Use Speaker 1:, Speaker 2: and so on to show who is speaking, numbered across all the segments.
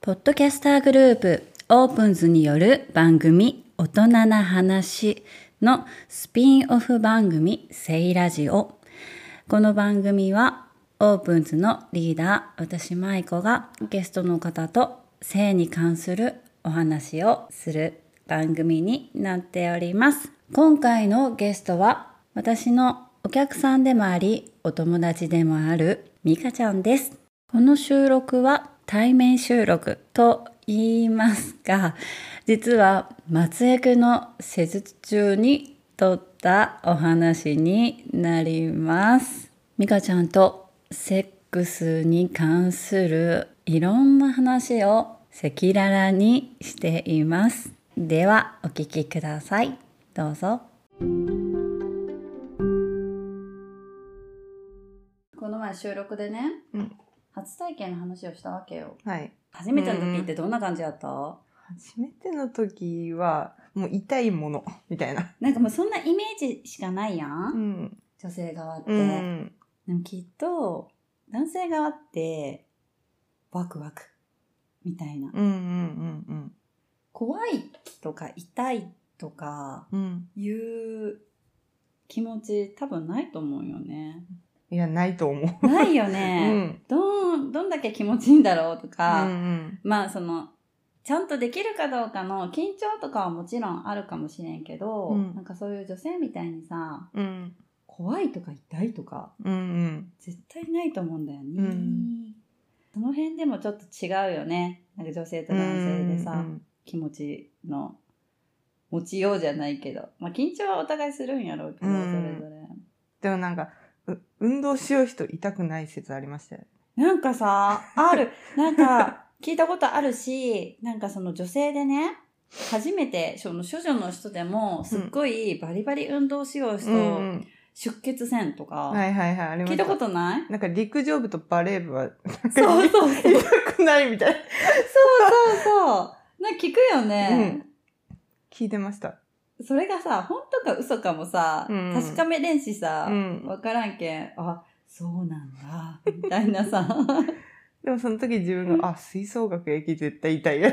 Speaker 1: ポッドキャスターグループオープンズによる番組大人な話のスピンオフ番組セイラジオ。この番組はオープンズのリーダー私舞子がゲストの方と性に関するお話をする番組になっております今回のゲストは私のお客さんでもありお友達でもあるミカちゃんですこの収録は対面収録と言いますが実は松江区の施術中に撮ったお話になります美香ちゃんとセックスに関するいろんな話を赤裸々にしていますではお聞きくださいどうぞこの前収録でね、
Speaker 2: うん
Speaker 1: 初体験の話をしたわけよ
Speaker 2: はい。
Speaker 1: 初めての時ってどんな感じだった、
Speaker 2: 初めての時は、もう痛いもの、 みたいな。
Speaker 1: なんかもうそんなイメージしかないやん、
Speaker 2: ん。
Speaker 1: 女性側って、
Speaker 2: うん。
Speaker 1: でもきっと男性側ってワクワクみたいな、
Speaker 2: うんうんうん
Speaker 1: 怖いとか痛いとか
Speaker 2: うん。うん。
Speaker 1: いう気持ち多分ないと思うよ ね。
Speaker 2: いや、ないと思う。
Speaker 1: ないよ
Speaker 2: う
Speaker 1: ね。
Speaker 2: ん。
Speaker 1: どん、どんだけ気持ちいいんだろうとか、
Speaker 2: うん
Speaker 1: まあその、ちゃんとできるかどうかの緊張とかはもちろんあるかもしれんけど、
Speaker 2: うん
Speaker 1: なんかそういう女性みたいにさ、
Speaker 2: うん。うん。
Speaker 1: 怖いとか痛いとか
Speaker 2: うんうん。
Speaker 1: 絶対ないと思うんだよね。
Speaker 2: うん
Speaker 1: その辺でもちょっと違うよね。なんか女性と男性でさ、気持ちの持ちようじゃないけど、まあ緊張はお互いするんやろうけど、
Speaker 2: う
Speaker 1: それ
Speaker 2: ん
Speaker 1: ぞれ。
Speaker 2: でもなんか、う運動しよう人痛くない説ありましたよね。
Speaker 1: なんか さ、ある、なんか聞いたことあるし、なんかその女性でね、初めて、その処女の人でも、すっごいバリバリ運動しよう人、
Speaker 2: うん
Speaker 1: 出血せんとか、
Speaker 2: うん。はいはいはい、ありま
Speaker 1: 聞
Speaker 2: し
Speaker 1: い
Speaker 2: た。
Speaker 1: たことない
Speaker 2: なんか陸上部とバレー部は、なんか
Speaker 1: そうそうそう。
Speaker 2: 痛くないみたいな。
Speaker 1: そうそう。なんか聞くよね。
Speaker 2: 聞いてました。
Speaker 1: それがさ、本当か嘘かもさ、
Speaker 2: うん
Speaker 1: 確かめれんしさ
Speaker 2: う、ん。
Speaker 1: わからんけん、あ、そうなんだ、みたいなさ。
Speaker 2: でもその時自分が、あ、吹奏楽駅絶対痛いや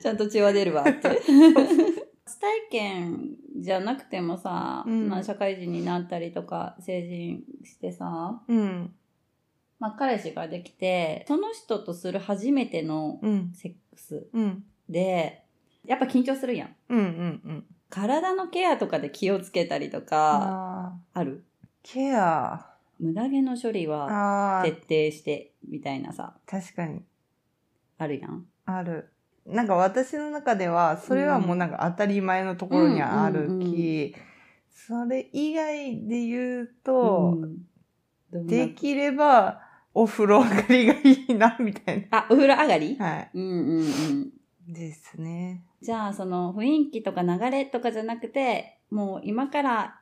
Speaker 1: ちゃんと血は出るわって。 初体験じゃなくてもさ、
Speaker 2: うん
Speaker 1: まあ社会人になったりとか成人してさ、
Speaker 2: うん。
Speaker 1: まあ彼氏ができて、その人とする初めての
Speaker 2: うん。
Speaker 1: セックス
Speaker 2: うん。
Speaker 1: で、やっぱ緊張するやん。
Speaker 2: うんうんうん。
Speaker 1: 体のケアとかで気をつけたりとか、
Speaker 2: あ
Speaker 1: ある
Speaker 2: ーケア。
Speaker 1: 無駄毛の処理は
Speaker 2: あ
Speaker 1: 徹
Speaker 2: ー
Speaker 1: 底して、みたいなさ、
Speaker 2: 確かに。
Speaker 1: あるやん。
Speaker 2: ある。なんか私の中では、それはもうなんか当たり前のところにあ
Speaker 1: う
Speaker 2: る
Speaker 1: んうんうん
Speaker 2: き、それ以外で言うと、
Speaker 1: んどんな
Speaker 2: できればお風呂上がりがいいな、みたい
Speaker 1: あ、お風呂上がり、
Speaker 2: な。はい。
Speaker 1: うんうんうん。
Speaker 2: ですね。
Speaker 1: じゃあその雰囲気とか流れとかじゃなくてもう今から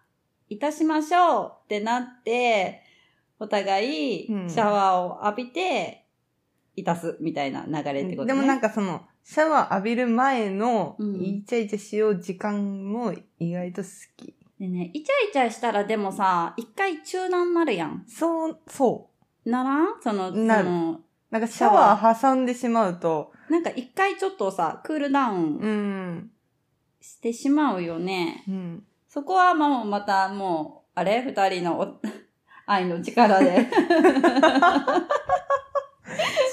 Speaker 1: いたしましょうってなってお互いシ
Speaker 2: うん
Speaker 1: ャワーを浴びていたすみたいな流れってことね。
Speaker 2: でもなんかその、シャワー浴びる前の
Speaker 1: うん、
Speaker 2: イチャイチャしよう時間も意外と好き。
Speaker 1: でねイチャイチャしたらでもさ一回中断なるやん。
Speaker 2: そう、そう。
Speaker 1: ならんその
Speaker 2: なる
Speaker 1: その
Speaker 2: なんかシャワー挟んでしまうと、
Speaker 1: なんか一回ちょっとさクールダウ
Speaker 2: う
Speaker 1: ン
Speaker 2: ん、
Speaker 1: してしまうよね。
Speaker 2: うん。
Speaker 1: そこはもうまたもうあれ二人のお 愛の力で。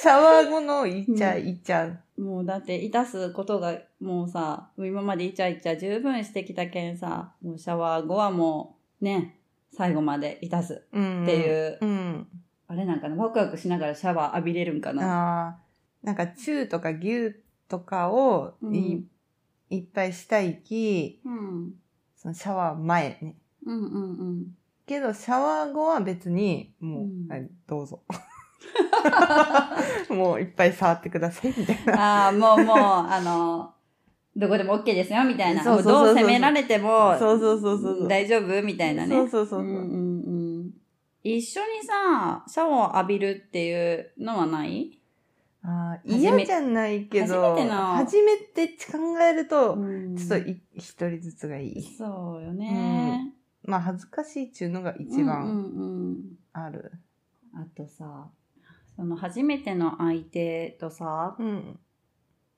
Speaker 2: シャワー後のイチャイチャ。
Speaker 1: もうだって、いたすことが、もうさ、今までイチャイチャ十分してきたけんさ、もうシャワー後はもう、ね、最後までいたす
Speaker 2: うん
Speaker 1: っていう、
Speaker 2: うん。
Speaker 1: あれなんかな、ワクワクしながらシャワー浴びれるんかな。
Speaker 2: ああ。なんか、チューとかギューとかをい,、
Speaker 1: うん
Speaker 2: いっぱいしたいき、
Speaker 1: うん。
Speaker 2: そのシャワー前ね。
Speaker 1: うんうんうん。
Speaker 2: けど、シャワー後は別に、もう、
Speaker 1: うん
Speaker 2: はい、どうぞ。 もういっぱい触ってください、みたいな。
Speaker 1: ああ、もうもう、あの、どこでも OK ですよ、みたいな。
Speaker 2: そ
Speaker 1: も
Speaker 2: う
Speaker 1: う
Speaker 2: そうそうそ
Speaker 1: ど
Speaker 2: う
Speaker 1: う責められても、
Speaker 2: そうそうそうそうそう。
Speaker 1: 大丈夫みたいなね。
Speaker 2: そうそうそうそう。
Speaker 1: うんうんうん。一緒にさ、シャワー浴びるっていうのはない
Speaker 2: ああ、
Speaker 1: 初め
Speaker 2: 嫌じゃないけど、
Speaker 1: 初めての
Speaker 2: 初めて考えると、ちょっと
Speaker 1: うん
Speaker 2: い一人ずつがいい。
Speaker 1: そうよね。
Speaker 2: まあ、恥ずかしいっちゅうのが一番
Speaker 1: うんうんうん
Speaker 2: ある。
Speaker 1: あとさその初めての相手とさ、
Speaker 2: うん。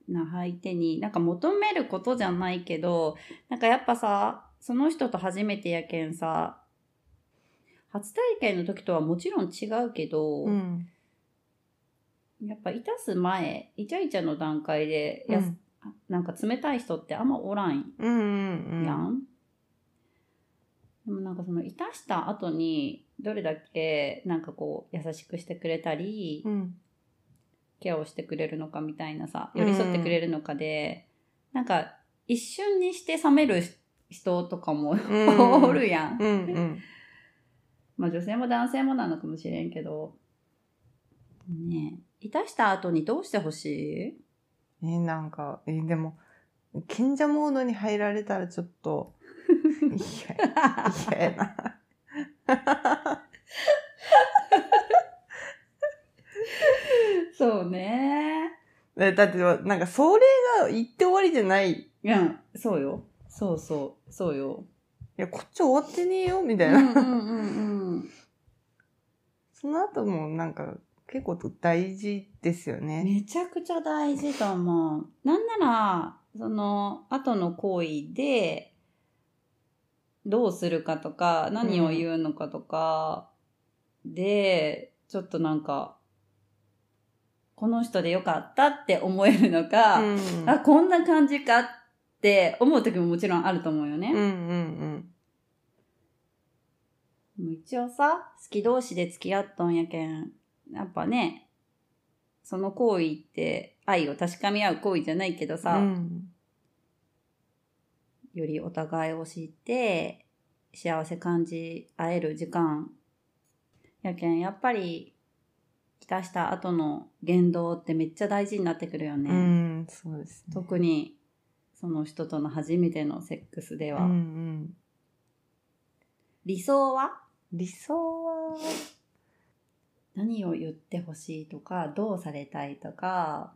Speaker 1: な相手に、なんか求めることじゃないけど、なんかやっぱさ、その人と初めてやけんさ、初体験の時とはもちろん違うけど、
Speaker 2: うん。
Speaker 1: やっぱいたす前、イチャイチャの段階でやす、なんか冷たい人ってあんまおらん
Speaker 2: うんうんうん。
Speaker 1: やん。でもなんかその、いたした後に、どれだけなんかこう、優しくしてくれたり、
Speaker 2: うん。
Speaker 1: ケアをしてくれるのかみたいなさ、
Speaker 2: うん
Speaker 1: 寄り添ってくれるのかで、なんか一瞬にして冷める人とかも
Speaker 2: うん
Speaker 1: おるやん。
Speaker 2: うんうん。
Speaker 1: まあ女性も男性もなのかもしれんけど。ねえ、いたした後にどうしてほし
Speaker 2: えーなんか、えーでも、賢者モードに入られたらちょっと、い
Speaker 1: い
Speaker 2: や、嫌やな。
Speaker 1: そうね。
Speaker 2: えだって、なんか、それが言って終わりじゃない。い
Speaker 1: うん、そうよ。そうそう、そうよ。
Speaker 2: や、こっち終わってねえよ、み
Speaker 1: う
Speaker 2: たい
Speaker 1: ん
Speaker 2: な。
Speaker 1: うんうんうん。
Speaker 2: その後も、なんか、結構大事ですよね。
Speaker 1: めちゃくちゃ大事と思う。なんなら、その後の行為で、どうするかとか、何を言うのかとか、で、ちょっとなんか、この人でよかったって思えるのか、
Speaker 2: うん
Speaker 1: あ、こんな感じかって思う時ももちろんあると思うよ
Speaker 2: うんう
Speaker 1: ね。
Speaker 2: ん
Speaker 1: でも一応さ、好き同士で付き合っとんやけん、やっぱね、その行為って愛を確かめ合う行為じゃないけど
Speaker 2: う
Speaker 1: さ、
Speaker 2: ん。
Speaker 1: よりお互いを知って幸せ感じ合える時間やけんやっぱり来たした後の言動ってめっちゃ大事になってくるよ
Speaker 2: う
Speaker 1: ね、
Speaker 2: ん。うん、そうですね。
Speaker 1: 特にその人との初めてのセックスで
Speaker 2: う
Speaker 1: は、
Speaker 2: んうん。
Speaker 1: 理想は
Speaker 2: 理想は、
Speaker 1: 何を言ってほしいとかどうされたいとか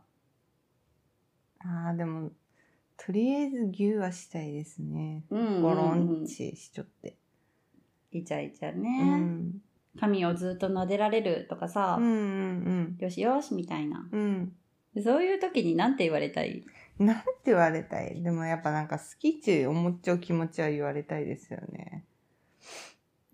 Speaker 2: ああ、でも、とりあえず牛はしたいですね。
Speaker 1: うんうんうん
Speaker 2: ゴロンチしちょって。
Speaker 1: イチャイチャ
Speaker 2: う
Speaker 1: ね、
Speaker 2: ん。
Speaker 1: 髪をずっと撫でられるとかさ、
Speaker 2: うんうん
Speaker 1: よしよしみたいな
Speaker 2: うん。うん。
Speaker 1: そういう時に何て言われたい
Speaker 2: なんて言われたいでもやっぱなんか好きっちゅう思っちゃう気持ちは言われたいですよね。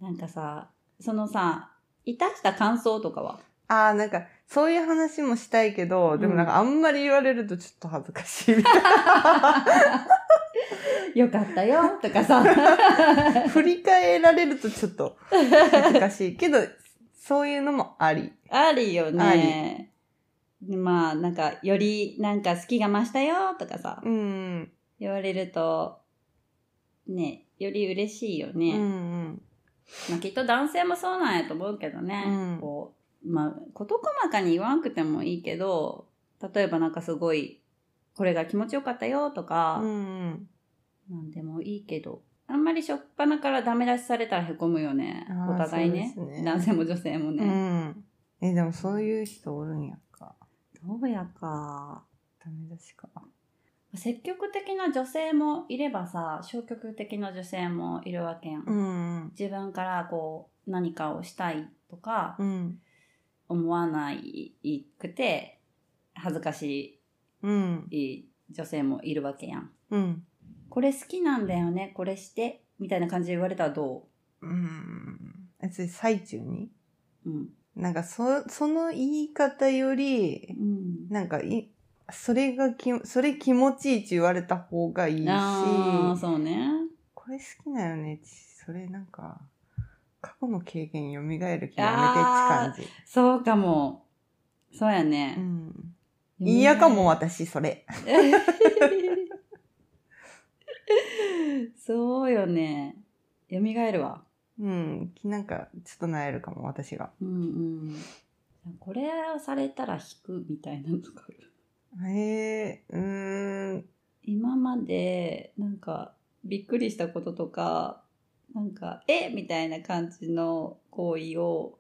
Speaker 1: なんかさ、そのさ、いたした感想とかは
Speaker 2: ああ、なんかそういう話もしたいけど、でもなんかあんまり言われるとちょっと恥ずかしいみ たい
Speaker 1: よかったよとか さ。
Speaker 2: な。振り返られるとちょっと恥ずかしいけど、そういうのもあり。
Speaker 1: あるよね。まあ、なんか、より、なんか好きが増したよとかさ、
Speaker 2: うん。
Speaker 1: 言われると、ね、より嬉しいよ
Speaker 2: う
Speaker 1: ね。
Speaker 2: ん
Speaker 1: まあ、きっと男性もそうなんやと思うけどね。
Speaker 2: うん
Speaker 1: こう、まあ、事細かに言わんくてもいいけど、例えばなんかすごい、これが気持ちよかったよと
Speaker 2: う
Speaker 1: か
Speaker 2: ん。、うん
Speaker 1: なんでもいいけど。あんまりしょっぱなからダメ出しされたらへこむよね
Speaker 2: あ。ー
Speaker 1: お互いね
Speaker 2: そうですね
Speaker 1: 男性も女性も
Speaker 2: うん。う
Speaker 1: ね。
Speaker 2: ん。え、でもそういう人おるんやか。
Speaker 1: どうやか。
Speaker 2: ダメ出しか。
Speaker 1: 積極的な女性もいればさ、消極的な女性もいるわけやん。
Speaker 2: うん。
Speaker 1: 自分からこう何かをしたいとか
Speaker 2: うん。
Speaker 1: 思わないくて恥ずかし
Speaker 2: うん。
Speaker 1: い女性もいるわけやん。
Speaker 2: うん。
Speaker 1: これ好きなんだよね、これして、みたいな感じで言われたらど
Speaker 2: うん。え、それ最中に
Speaker 1: ううん。
Speaker 2: なんかそ、その言い方より、
Speaker 1: うん。
Speaker 2: なんかい、それがき、それ気持ちいいって言われた方がいいし、
Speaker 1: ああ、そうね。
Speaker 2: これ好きだよねって、それなんか、過去の経験蘇る気
Speaker 1: あ
Speaker 2: が
Speaker 1: ー
Speaker 2: めてって
Speaker 1: そうかも。そうや
Speaker 2: 感じ。う
Speaker 1: ね。
Speaker 2: ん。嫌かも。私、それ。
Speaker 1: そうよね。蘇るわ。
Speaker 2: うん。なんか、ちょっとなえるかも、私が。
Speaker 1: うんうん。これをされたら引くみたいなのがある。
Speaker 2: へえー、うーん。
Speaker 1: 今まで、なんか、びっくりしたこととか、なんか、えみたいな感じの行為を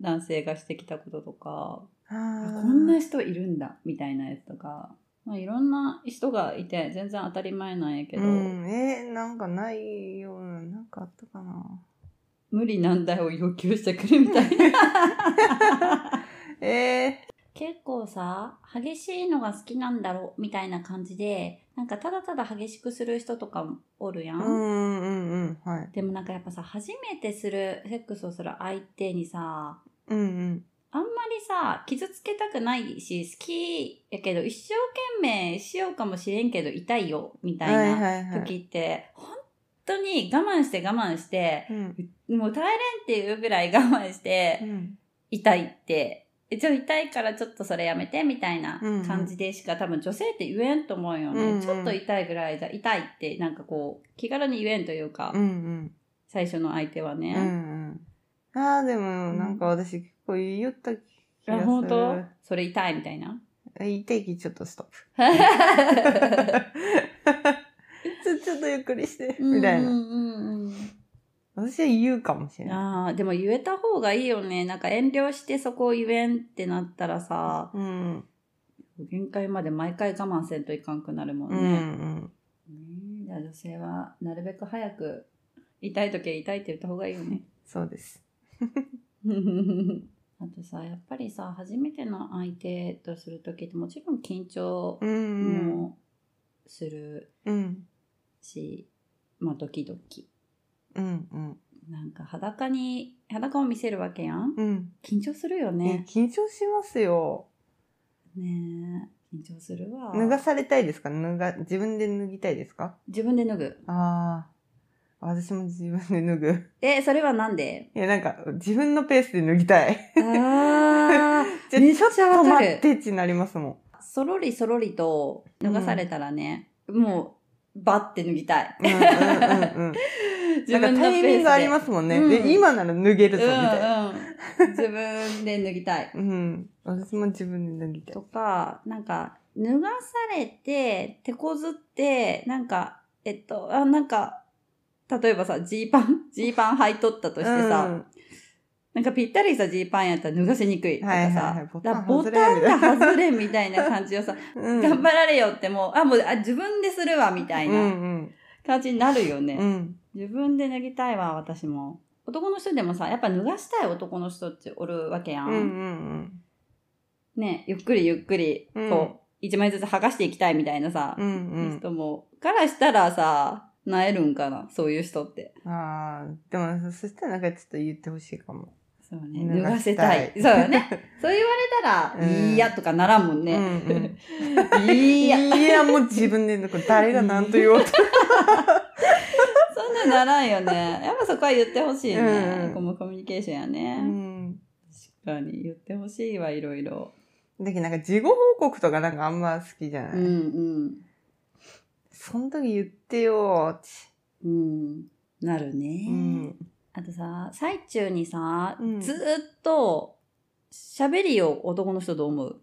Speaker 1: 男性がしてきたこととか、あ
Speaker 2: あー
Speaker 1: こんな人いるんだみたいなやつとか、まあ、いろんな人がいて全然当たり前なんやけど、
Speaker 2: うん、えーなんかないような、なんかあったかな。
Speaker 1: 無理難題を要求してくるみたいな
Speaker 2: え
Speaker 1: 結構さ、激しいのが好きなんだろうみたいな感じで、なんかただただ激しくする人とかもおるや
Speaker 2: ー、
Speaker 1: ん。
Speaker 2: うんうんうんうんはい
Speaker 1: でもなんかやっぱさ、初めてする、セックスをする相手にさ、
Speaker 2: うんうん
Speaker 1: あんまりさ、傷つけたくないし、好きやけど、一生懸命しようかもしれんけど、痛いよ、みた
Speaker 2: はい
Speaker 1: い
Speaker 2: はい
Speaker 1: な
Speaker 2: はい
Speaker 1: 時って、本当に我慢して我慢して、
Speaker 2: うん
Speaker 1: もう耐えれんっていうぐらい我慢して
Speaker 2: う、ん
Speaker 1: 痛いって、えちょ、痛いからちょっとそれやめてみたいな
Speaker 2: うんうん
Speaker 1: 感じでしか、多分女性って言えんと思うよね。
Speaker 2: うんうん
Speaker 1: ちょっと痛いぐらいじゃ、痛いってなんかこう、気軽に言えんというか、
Speaker 2: うんうん
Speaker 1: 最初の相手は
Speaker 2: う
Speaker 1: ね。
Speaker 2: んうんあーでもなんか私結構言った気
Speaker 1: い
Speaker 2: が
Speaker 1: や、
Speaker 2: す
Speaker 1: 本当
Speaker 2: る
Speaker 1: それ痛いみたい な。
Speaker 2: 一定期ちょっとスト ップちょちょっとゆっくりしてみたい
Speaker 1: うん
Speaker 2: な
Speaker 1: うんうん
Speaker 2: 私は言うかもしれ
Speaker 1: うん、
Speaker 2: ない
Speaker 1: ああ、でも言えた方がいいよね。なんか遠慮してそこを言えんってなったらさ、
Speaker 2: うん
Speaker 1: 限界まで毎回我慢せんといかんくなるもん
Speaker 2: うんう
Speaker 1: ね。
Speaker 2: ん
Speaker 1: ねえじゃあ女性はなるべく早く痛い時は痛いって言った方がいいよ ね。
Speaker 2: そうです
Speaker 1: あとさやっぱりさ初めての相手とする時ってもちろん緊張
Speaker 2: うんうん
Speaker 1: もする
Speaker 2: うん
Speaker 1: し、まあドキドキ
Speaker 2: うんうん
Speaker 1: なんか裸に裸を見せるわけやん
Speaker 2: うん
Speaker 1: 緊張するよ
Speaker 2: え
Speaker 1: ね
Speaker 2: 緊張しますよ
Speaker 1: ねえ緊張するわ
Speaker 2: 脱がされたいですか脱が自分で脱ぎたいですか
Speaker 1: 自分で脱ぐ
Speaker 2: ああ私も自分で脱ぐ
Speaker 1: えそれはなんで
Speaker 2: いやなんか自分のペースで脱ぎた い
Speaker 1: あー
Speaker 2: じゃ
Speaker 1: めっ
Speaker 2: ち
Speaker 1: ち
Speaker 2: ょ
Speaker 1: ゃ
Speaker 2: っと
Speaker 1: わか
Speaker 2: 待
Speaker 1: る
Speaker 2: ってってなりますもん
Speaker 1: そろりそろりと脱がされたらね、もう、バッて脱ぎた い。
Speaker 2: うんうん うんうん
Speaker 1: 自
Speaker 2: なんかタイミングありますすもんね。
Speaker 1: うん
Speaker 2: で今なら脱げる
Speaker 1: うん
Speaker 2: ぞ、みたいな。
Speaker 1: うん、自分で脱ぎたい。
Speaker 2: うん。私も自分で脱ぎたい
Speaker 1: と。か、なんか、脱がされて、手こずって、なんか、えっと、あ、なんか、例えばさ、ジーパン、 ジーパン履いとったとしてさ、なんかぴったりさ、ジーパンやったら脱がせにくいとかさ、
Speaker 2: はいはいはいボ
Speaker 1: ボ
Speaker 2: タ
Speaker 1: タ
Speaker 2: ン
Speaker 1: ン
Speaker 2: 外れみたいな
Speaker 1: が外れみたいな感じをさ、
Speaker 2: うん、
Speaker 1: 頑張られよってもう、あ、もう、あ、自分でするわ、みたい
Speaker 2: うん
Speaker 1: な感じになるよね。
Speaker 2: うん。うん。
Speaker 1: 自分で脱ぎたいわ私も男の人でもさやっぱ脱がしたい男の人っておるわけやん、
Speaker 2: うんうん
Speaker 1: ねゆっくりゆっくり
Speaker 2: うん。
Speaker 1: こう一枚ずつ剥がしていきたいみたいなさ、
Speaker 2: うんうん。
Speaker 1: 人もからしたらさなえるんかなそういう人って
Speaker 2: ああ、でも、そしたらなんかちょっと言ってほしいかも。
Speaker 1: そうね
Speaker 2: 脱
Speaker 1: 脱
Speaker 2: が
Speaker 1: が
Speaker 2: せ
Speaker 1: せ
Speaker 2: た
Speaker 1: た
Speaker 2: い
Speaker 1: いそうよね そう言われたら、
Speaker 2: うん
Speaker 1: いいやとかならんもんね、
Speaker 2: うんうん
Speaker 1: いいや
Speaker 2: いや、もう自分で脱ぐ、誰が何と言おうと。
Speaker 1: そんなんならんよねやっぱそこは言ってほしいね、
Speaker 2: うんう
Speaker 1: こ
Speaker 2: ん
Speaker 1: こもコミュニケーションや
Speaker 2: う
Speaker 1: ね、
Speaker 2: ん。
Speaker 1: 確かに言ってほしいわいろいろ
Speaker 2: だけどなんか、事後報告とかなんかあんま好きじゃない、
Speaker 1: うんうん
Speaker 2: その時言ってよ
Speaker 1: うんなるね、
Speaker 2: ー、うん。
Speaker 1: あとさ最中にさ、
Speaker 2: うん
Speaker 1: ずーっと喋りを男の人どう思う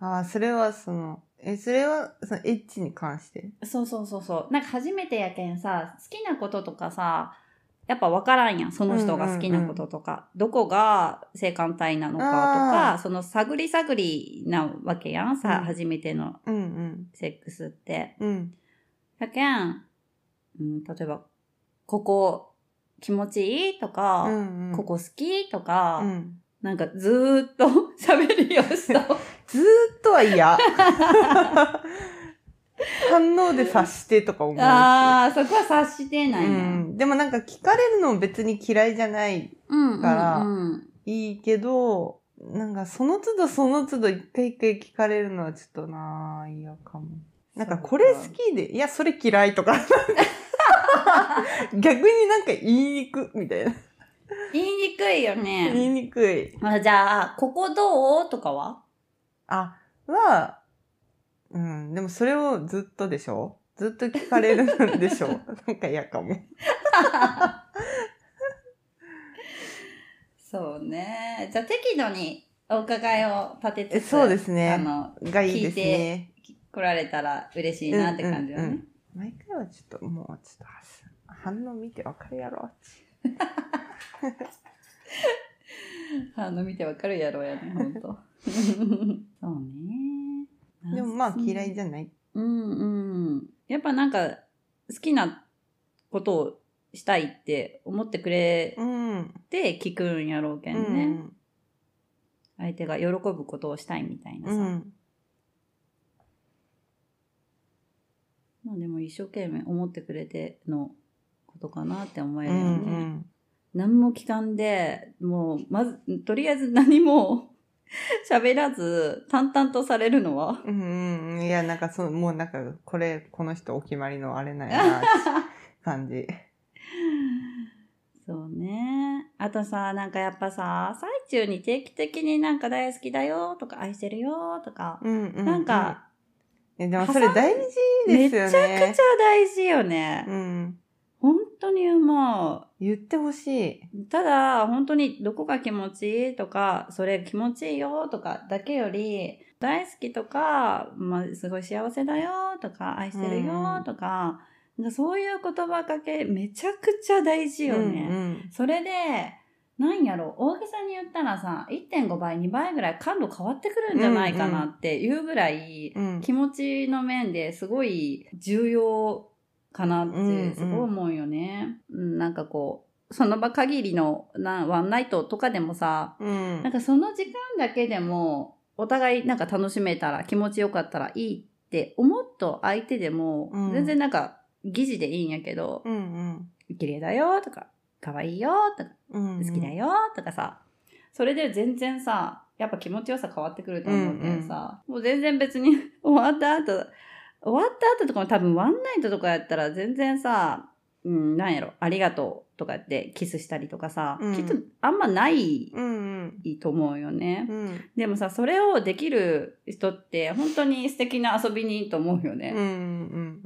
Speaker 2: ああ、それはその、え、それは、その、エッチに関して。
Speaker 1: そうそうそうそうなんか初めてやけんさ好きなこととかさやっぱ分からんやんその人が好きなこととか、どこが性感帯なのかと
Speaker 2: あ
Speaker 1: かその探り探りなわけやんさ、
Speaker 2: うん
Speaker 1: 初めての
Speaker 2: うんうん。
Speaker 1: セックスって。
Speaker 2: うん。
Speaker 1: やけん、うん、例えばここ気持ちいいとか、
Speaker 2: うんうん
Speaker 1: ここ好きとか、
Speaker 2: うん、
Speaker 1: なんかずーっと 喋りを した。
Speaker 2: ずーっとは嫌。 反応で察してとか思うし。
Speaker 1: ああ、そこは察して
Speaker 2: う
Speaker 1: ないな。
Speaker 2: ん、でもなんか聞かれるのも別に嫌いじゃない、
Speaker 1: うんうんうん
Speaker 2: からいいけど、なんかその都度その都度一回一回聞かれるのはちょっとなー嫌かも。なんかこれ好きで、いやそれ嫌いとか。逆になんか言いにくみたいな。
Speaker 1: 言いにくいよ
Speaker 2: 言い
Speaker 1: ね。
Speaker 2: にくい。
Speaker 1: まあ、じゃあ、ここどうとかは
Speaker 2: あ、は、うん、でもそれをずっとでしょずっと聞かれるんで しょなんか嫌かも。
Speaker 1: そうね。じゃあ適度にお伺いを立て
Speaker 2: え
Speaker 1: つつ、
Speaker 2: そうです
Speaker 1: あ
Speaker 2: ね。
Speaker 1: の、
Speaker 2: がいいですね。
Speaker 1: 来られたら嬉しいなって感じよね。
Speaker 2: うんうんうん毎回はちょっともうちょっと反応見てわかるやろ。
Speaker 1: あの、見てわかるやろうや ね、ほんと。そうね。
Speaker 2: でもまあ嫌いじゃない。
Speaker 1: うんうん。やっぱなんか、好きなことをしたいって思ってくれ
Speaker 2: うん。うん
Speaker 1: て聞くんやろうけん
Speaker 2: う
Speaker 1: ね。
Speaker 2: ん。
Speaker 1: 相手が喜ぶことをしたいみたいな
Speaker 2: う
Speaker 1: さ、
Speaker 2: ん。
Speaker 1: まあでも一生懸命思ってくれてのことかなって思え
Speaker 2: う
Speaker 1: るよね、
Speaker 2: んうん。
Speaker 1: 何も聞かんでもうまずとりあえず何も 喋らず淡々とされるのは
Speaker 2: うんうん。いや、なんかそう、もうなんか、これ、この人お決まりのあれなんやなって感じ。
Speaker 1: そうね。あとさ、なんかやっぱさ、最中に定期的になんか大好きだよとか愛してるよとか、
Speaker 2: うんうん。
Speaker 1: なんか、
Speaker 2: うん。えでもそれ大事
Speaker 1: めち
Speaker 2: です
Speaker 1: ゃ
Speaker 2: よ
Speaker 1: くちゃ
Speaker 2: ね。
Speaker 1: 大事よね。
Speaker 2: うん。
Speaker 1: 本当に思
Speaker 2: 言ってほしい。
Speaker 1: う。ただ、本当にどこが気持ちいいとか、それ気持ちいいよとかだけより、大好きとか、まあ、すごい幸せだよとか、愛してるよとか、なんかそういう言葉かけ、めちゃくちゃ大事よね。
Speaker 2: うん
Speaker 1: それで、なんやろ大げさに言ったらさ、1.5倍、2倍ぐらい感度変わってくるんじゃないかなっていうぐらい、
Speaker 2: うん。うん
Speaker 1: 気持ちの面ですごい重要かなってすごい思うよね。うんなんかこう、その場限りのなワンナイトとかでもさ、
Speaker 2: うん
Speaker 1: なんかその時間だけでも、お互いなんか楽しめたら気持ちよかったらいいって思っと相手でも、
Speaker 2: うん
Speaker 1: 全然なんか疑似でいいんやけど、
Speaker 2: うん
Speaker 1: 綺麗だよとか、可愛いよとか、
Speaker 2: うん。うん
Speaker 1: 好きだ。よとかさ、それで全然さ、やっぱ気持ちよさ変わってくると思うけどさ、もう全然別に終わった後、終わった後とかも多分ワンナイトとかやったら全然さ、うん、なんやろ、ありがとうとかってキスしたりとかさ、
Speaker 2: うん
Speaker 1: きっとあんまない
Speaker 2: うん
Speaker 1: と思うよね。
Speaker 2: うん。うん。
Speaker 1: でもさ、それをできる人って本当に素敵な遊び人と思うよね。
Speaker 2: うんうんう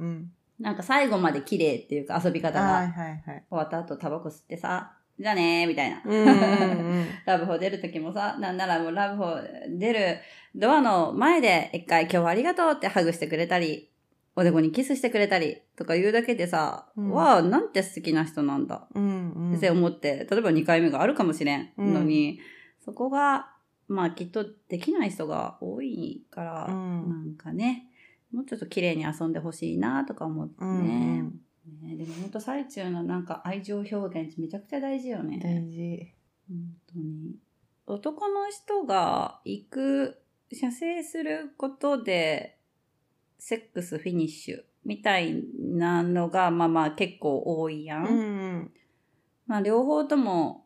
Speaker 2: ん
Speaker 1: なんか最後まで綺麗っていうか遊び
Speaker 2: うん。
Speaker 1: 方
Speaker 2: はい
Speaker 1: が
Speaker 2: はいはい。
Speaker 1: 終わった後タバコ吸ってさ、じゃあねーみたいな。
Speaker 2: うんうん
Speaker 1: ラブホ出る時もさ、なんならもうラブホ出るドアの前で一回今日はありがとうってハグしてくれたり、おでこにキスしてくれたりとか言うだけでさ、
Speaker 2: うん
Speaker 1: わあ、なんて素敵な人なんだ
Speaker 2: うん。うんうん
Speaker 1: って思って、例えば2回目があるかもしれんのに、そこが、まあきっとできない人が多いから、
Speaker 2: うん
Speaker 1: なんかね、もうちょっと綺麗に遊んでほしいなとか思って
Speaker 2: うん
Speaker 1: ね。ねでも本当最中のなんか愛情表現めちゃくちゃ大事よね。
Speaker 2: 大事。
Speaker 1: 本当に男の人が行く射精することでセックスフィニッシュみたいなのがまあまあ結構多いやん、
Speaker 2: うん
Speaker 1: まあ両方とも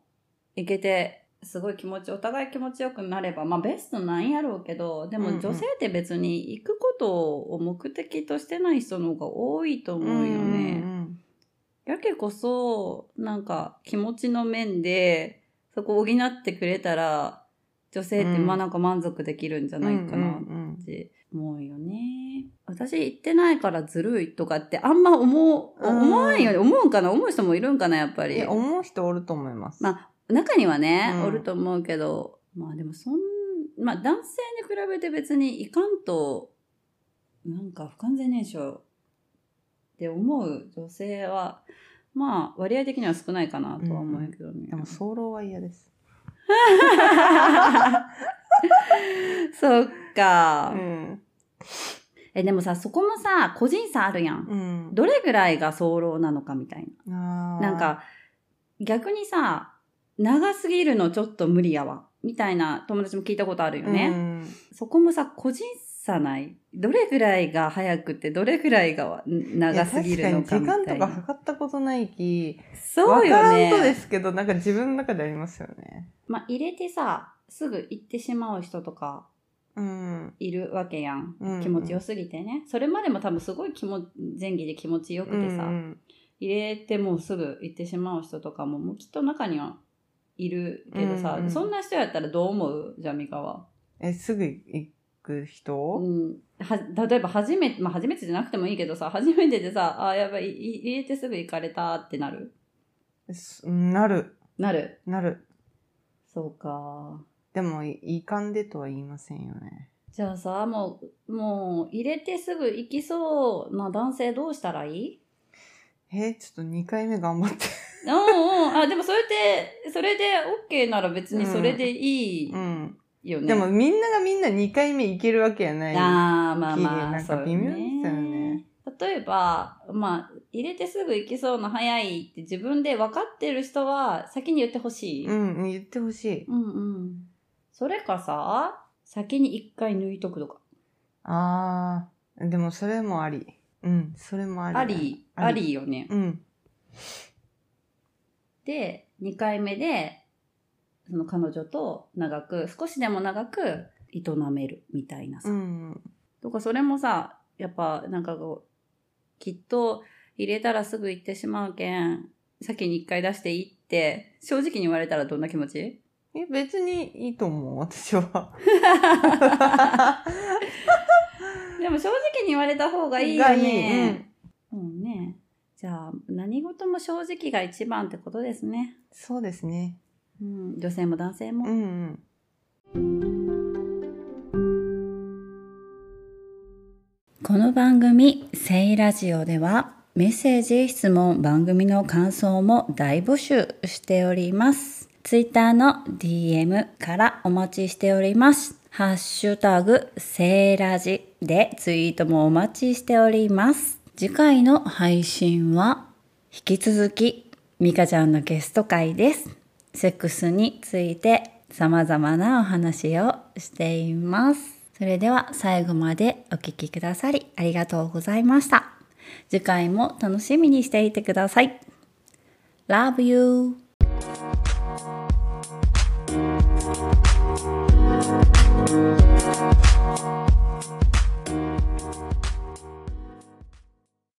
Speaker 1: いけてすごい気持ちお互い気持ちよくなればまあベストなんやろうけどでも
Speaker 2: うんうん
Speaker 1: 女性って別に行くことを目的としてない人の方が多いと
Speaker 2: う
Speaker 1: 思
Speaker 2: ん。
Speaker 1: うよね。
Speaker 2: うん
Speaker 1: やけこそ、なんか気持ちの面で、そこを補ってくれたら、女性って
Speaker 2: うん
Speaker 1: まあなんか満足できるんじゃ
Speaker 2: うんう
Speaker 1: ない
Speaker 2: ん。
Speaker 1: かな
Speaker 2: うんうん
Speaker 1: って思うよね。私行ってないからずるいとかってあんま思う、
Speaker 2: うん
Speaker 1: 思わんよね。思うんかな思う人もいるんかなやっぱ
Speaker 2: うん。い
Speaker 1: り
Speaker 2: や。思う人おると思います。
Speaker 1: まあ中にはね、
Speaker 2: うん
Speaker 1: おると思うけど、まあでもそん、まあ男性に比べて別にいかんと、なんか不完全燃焼って思う女性は、まあ割合的には少ないかなとは思うけどね。
Speaker 2: でも、早漏は嫌です。
Speaker 1: そっ
Speaker 2: う
Speaker 1: か、
Speaker 2: ん。
Speaker 1: え、でもさ、そこもさ、個人差あるやん。
Speaker 2: うん。
Speaker 1: どれぐらいが早漏なのかみたい
Speaker 2: な
Speaker 1: な。なん、か、逆にさ、長すぎるのちょっと無理やわ。みたいな友達も聞いたことあるよね。
Speaker 2: うん。
Speaker 1: そこもさ、個人差ない。どれぐらいが早くて、どれぐらいがん長すぎるのかみた
Speaker 2: いや確
Speaker 1: い
Speaker 2: かに時間と
Speaker 1: な。
Speaker 2: か測ったことないき、
Speaker 1: そう
Speaker 2: わ
Speaker 1: よ
Speaker 2: からんとで
Speaker 1: ね。
Speaker 2: すけど、なんか自分の中でありますよね。
Speaker 1: まあ、入れてさ、すぐ行ってしまう人とか
Speaker 2: うん。
Speaker 1: いるわけやん。
Speaker 2: うん
Speaker 1: 気持ちよすぎてね。それまでも多分すごい気も前儀で気持ちよくてさ、
Speaker 2: うん
Speaker 1: 入れてもうすぐ行ってしまう人とかも、もうきっと中にはいるけどさ、
Speaker 2: うんうん
Speaker 1: そんな人やったらどう思うじゃあ、ミカは。
Speaker 2: え、すぐ行く人
Speaker 1: うん、は例えば初めて、まあ、初めてじゃなくてもいいけどさ 初めてでさあーやばいい入れてすぐ行かれたってなる
Speaker 2: すなる、
Speaker 1: なる
Speaker 2: なる。
Speaker 1: そうか
Speaker 2: でも、いいかんでとは言いませんよね。
Speaker 1: じゃあさもうもう入れてすぐ行きそうな男性どうしたらいい
Speaker 2: えーちょっと2回目頑張って。
Speaker 1: うんうんあでもそれでそれで OK なら別にそれでいい
Speaker 2: うん。
Speaker 1: よね、
Speaker 2: でも、みんながみんな2回目いけるわけやない。
Speaker 1: あーまあまあ
Speaker 2: なんか微妙ですよね
Speaker 1: そう例えばまあ入れてすぐ行きそうな早いって自分で分かってる人は先に言ってほしい、
Speaker 2: うん、言ってほしい。
Speaker 1: うんうん。それかさ、先に一回抜いとくとか。
Speaker 2: あー、でもそれもあり。うん、それもあり。
Speaker 1: あり、
Speaker 2: あ
Speaker 1: あ
Speaker 2: り
Speaker 1: りよね。
Speaker 2: うん。
Speaker 1: で、2回目で、その彼女と長く、少しでも長く営めるみたいなさ。
Speaker 2: うん。
Speaker 1: とか、それもさ、やっぱなんかこう、きっと入れたらすぐ行ってしまうけん、先に1回出していいって、正直に言われたらどんな気持ち
Speaker 2: え、別にいいと思う、私は。
Speaker 1: でも正直に言われた方がいいよ
Speaker 2: がいいうん
Speaker 1: ね。もうね。じゃあ、何事も正直が一番ってことですね。
Speaker 2: そうですね。
Speaker 1: うん、女性も男性も。
Speaker 2: うんうん。
Speaker 1: この番組「セイラジオ」ではメッセージ質問番組の感想も大募集しておりますツイッターの DM からお待ちしておりますハッシュタグセイラジでツイートもお待ちしております次回の配信は引き続きミカちゃんのゲスト会ですセックスについて様々なお話をしていますそれでは最後までお聞きくださりありがとうございました次回も楽しみにしていてください Love you